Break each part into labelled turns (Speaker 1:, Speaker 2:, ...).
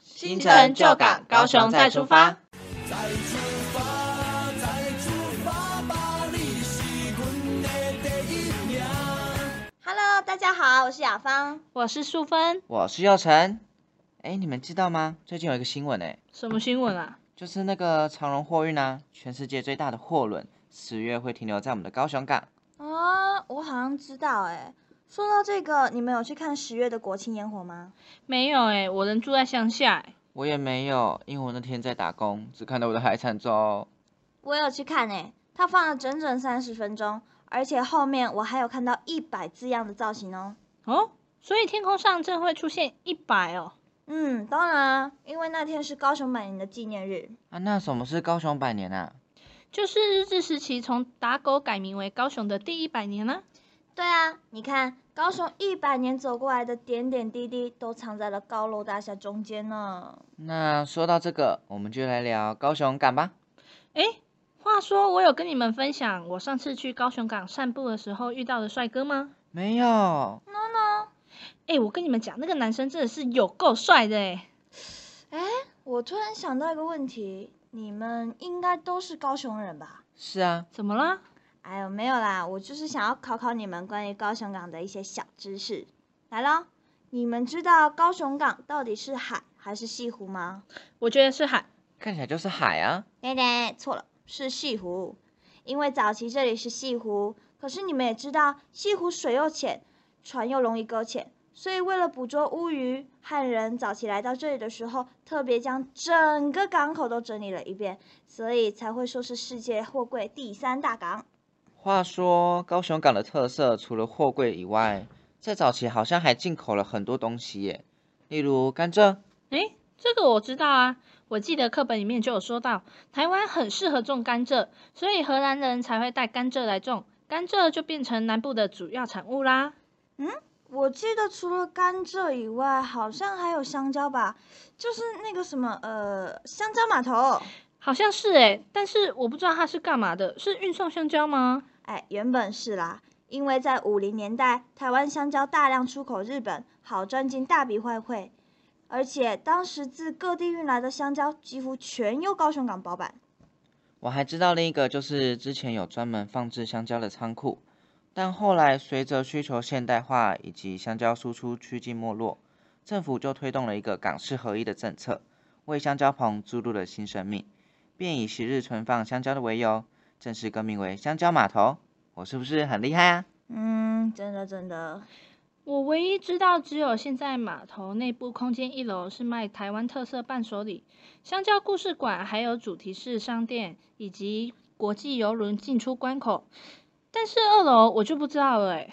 Speaker 1: 新城旧港，高雄再出发。
Speaker 2: 再出发，再出发吧，你是阮的第一名。
Speaker 3: Hello，大家好，我是雅芳。
Speaker 1: 我是素芬，
Speaker 4: 我是佑成。哎，你们知道吗？最近有一个新闻哎，
Speaker 1: 什么新闻啊？
Speaker 4: 就是那个长荣货运啊，全世界最大的货轮，十月会停留在我们的高雄港。
Speaker 3: 啊，我好像知道哎、说到这个，你们有去看十月的国庆烟火吗？
Speaker 1: 没有诶、我人住在乡下、欸诶
Speaker 4: 我也没有，因为我那天在打工，只看到我的海产粥。
Speaker 3: 我有去看哎、它放了整整三十分钟，而且后面我还有看到一百字样的造型哦。
Speaker 1: 哦，所以天空上正会出现一百哦。
Speaker 3: 嗯，当然啊，因为那天是高雄百年的纪念日。
Speaker 4: 啊，那什么是高雄百年啊？
Speaker 1: 就是日治时期从打狗改名为高雄的第一百年啦、
Speaker 3: 对啊，你看高雄一百年走过来的点点滴滴，都藏在了高楼大厦中间呢。
Speaker 4: 那说到这个，我们就来聊高雄港吧。
Speaker 1: 诶，话说我有跟你们分享我上次去高雄港散步的时候遇到的帅哥吗？
Speaker 4: 没有，
Speaker 1: 诶，我跟你们讲，那个男生真的是有够帅的欸诶。
Speaker 3: 我突然想到一个问题，你们应该都是高雄人吧？
Speaker 4: 是啊，
Speaker 1: 怎么啦？
Speaker 3: 哎呦，没有啦，我就是想要考考你们关于高雄港的一些小知识。来咯，你们知道高雄港到底是海还是西湖吗？
Speaker 1: 我觉得是海。
Speaker 4: 看起来就是海啊。
Speaker 3: 对对，错了，是西湖。因为早期这里是西湖，可是你们也知道，西湖水又浅，船又容易搁浅，所以为了捕捉乌鱼，汉人早期来到这里的时候，特别将整个港口都整理了一遍，所以才会说是世界货柜第三大港。
Speaker 4: 话说高雄港的特色，除了货柜以外，在早期好像还进口了很多东西耶，例如甘蔗。
Speaker 1: 诶，这个我知道啊，我记得课本里面就有说到，台湾很适合种甘蔗，所以荷兰人才会带甘蔗来种，甘蔗就变成南部的主要产物啦。
Speaker 3: 我记得除了甘蔗以外，好像还有香蕉吧，就是那个什么呃，香蕉码头。
Speaker 1: 好像是诶、但是我不知道它是干嘛的，是运送香蕉吗？
Speaker 3: 哎，原本是啦，因为在五零年代，台湾香蕉大量出口日本，好赚进大笔外汇，而且当时自各地运来的香蕉几乎全由高雄港包办。
Speaker 4: 我还知道另一个就是之前有专门放置香蕉的仓库，但后来随着需求现代化以及香蕉输出趋近没落，政府就推动了一个港市合一的政策，为香蕉棚注入了新生命，便以昔日存放香蕉的为由，正式更名为香蕉码头。我是不是很厉害啊？
Speaker 3: 嗯，真的真的，
Speaker 1: 我唯一知道只有现在码头内部空间一楼是卖台湾特色伴手礼、香蕉故事馆，还有主题式商店以及国际游轮进出关口，但是二楼我就不知道了诶、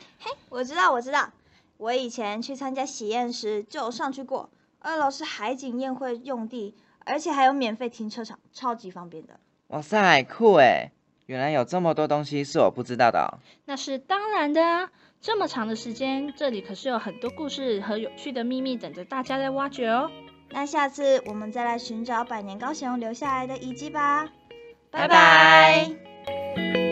Speaker 3: 我知道我知道，我以前去参加喜宴时就有上去过。二楼是海景宴会用地，而且还有免费停车场，超级方便的。
Speaker 4: 哇塞，酷诶！原来有这么多东西是我不知道的哦、
Speaker 1: 那是当然的啊！这么长的时间，这里可是有很多故事和有趣的秘密等着大家在挖掘哦。
Speaker 3: 那下次我们再来寻找百年高雄留下来的遗迹吧，
Speaker 4: 拜拜